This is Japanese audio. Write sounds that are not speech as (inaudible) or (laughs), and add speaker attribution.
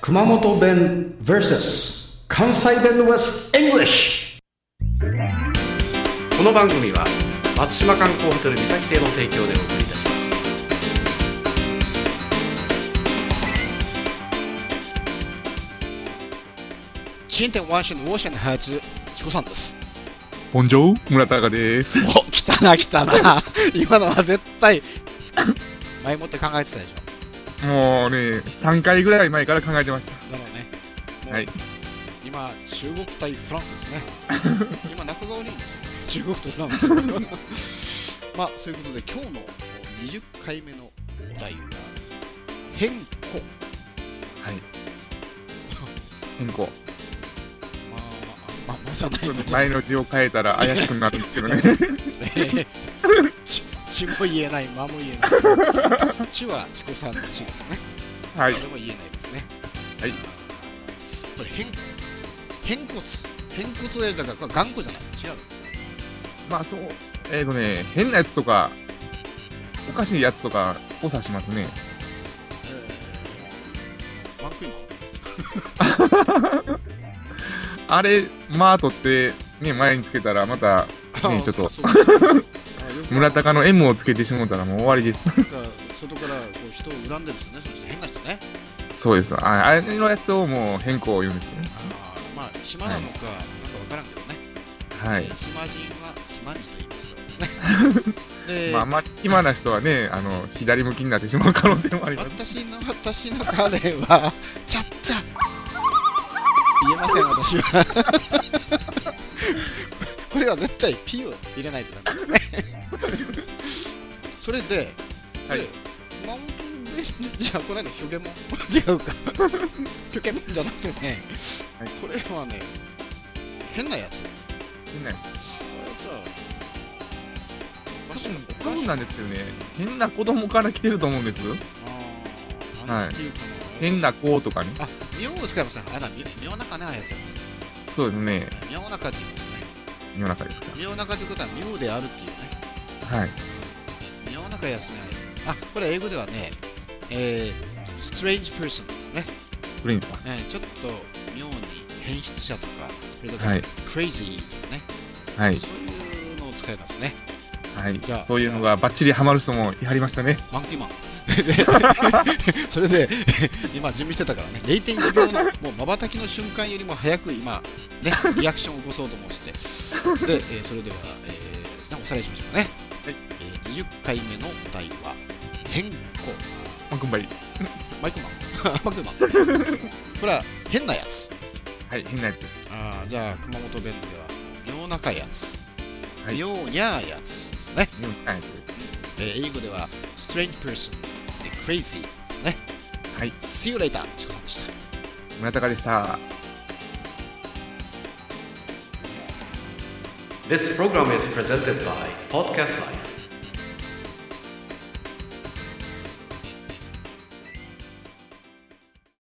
Speaker 1: 熊本弁 VS 関西弁 West English
Speaker 2: この番組は松島観光ホテル三崎亭の提供でお送りいたします
Speaker 3: 新店ワンシェンのウォーシェンのハヤツヒコさんです
Speaker 4: 本庄村田中です。
Speaker 3: お来たな来たな今のは絶対前もって考えてたでしょ
Speaker 4: もうね、3回ぐらい前から考えてまし
Speaker 3: だろうね
Speaker 4: た。はい。
Speaker 3: 今中国対フランスですね今仲川にいるんですよ中国とフランスまあそういうことで今日の20回目のお題は変更
Speaker 4: 変更。
Speaker 3: まあまあまあじゃないまあじゃない
Speaker 4: 前の字を変えたら怪しくなるんですけどね。 (laughs)
Speaker 3: ねちちも言えない間も言えないちはチコさんのちですね
Speaker 4: はい
Speaker 3: そ。れも言えないですね。
Speaker 4: はい
Speaker 3: これ変骨。変骨。変骨親父だから、これ頑固じゃない。違う。
Speaker 4: まあそう、えっ、ー、とね、変なやつとか、おかしいやつとかを指しますね。
Speaker 3: ワンクイマン。
Speaker 4: あれ、マートって、ね、前につけたらまた、ね、
Speaker 3: あ
Speaker 4: ちょっと、
Speaker 3: そうそうそうあよく
Speaker 4: (laughs) 村高の M をつけてしもうたらもう終わりです。
Speaker 3: なんか外からこう人を恨んでるんですよね。その人変な人ね。
Speaker 4: そうです。ああれのやつをもう変更を言うんですね。
Speaker 3: まあ暇なのか、なんかわからんけどね。
Speaker 4: はい。
Speaker 3: 暇人は暇人と言いますからですね。
Speaker 4: (laughs)
Speaker 3: で、
Speaker 4: まあ、まあ、今な人はね、あの、左向きになってしまう可能性もあります。
Speaker 3: 私の私の彼はちゃっちゃ言えません私はこれは絶対 P を入れないとダメですねそれで、
Speaker 4: はい
Speaker 3: で熊本弁じゃあこれはねヒョゲモン違うかヒョゲモンじゃなくてね、
Speaker 4: はい
Speaker 3: これはね変なやつこ
Speaker 4: 変なやつ
Speaker 3: のやつはおかしいお
Speaker 4: 多
Speaker 3: かし
Speaker 4: 分
Speaker 3: い
Speaker 4: なんですけどね、変な子供から来てると思うんです。
Speaker 3: あーなんていうかな、
Speaker 4: 変な子とかね。
Speaker 3: あ、妙を使いますね。あら、み妙なかね、あやつは。
Speaker 4: そうですね、
Speaker 3: 妙なかって言いますね。
Speaker 4: 世の中ですか
Speaker 3: 妙なかということは妙であるっていうね。
Speaker 4: ら。はい。
Speaker 3: 妙なかやつね。あ、これ英語ではね、えー、strange person ですね。
Speaker 4: フレンチか。
Speaker 3: えーちょっと妙に変質者とか、それとか、
Speaker 4: はい。
Speaker 3: crazy とかね、
Speaker 4: はい。
Speaker 3: そういうのを使いますね。
Speaker 4: はい
Speaker 3: じゃあ。
Speaker 4: そういうのがバッチリハマる人もやりましたね。
Speaker 3: マンキーマン。 (laughs) でそれで、今準備してたからね、0.1秒の、もう瞬きの瞬間よりも早く今、ね、リアクションを起こそうと思って、で、えーそれでは、えーおさらいしましょうかね。
Speaker 4: はい
Speaker 3: えー20回目のお題は、変更。
Speaker 4: まあ、こんばい。
Speaker 3: マイクマン。 (laughs) マイクマン。これは、変なやつ。
Speaker 4: はい、変なやつです。
Speaker 3: あーじゃあ、熊本弁では、妙なかやつ。
Speaker 4: はい
Speaker 3: 妙にゃーやつですね。
Speaker 4: うん変なやつです。
Speaker 3: えー英語では、strange person、crazy ですね。
Speaker 4: はい。
Speaker 3: See you later! しこさんでした。
Speaker 4: 村高でした。
Speaker 2: This program is presented by Podcast Life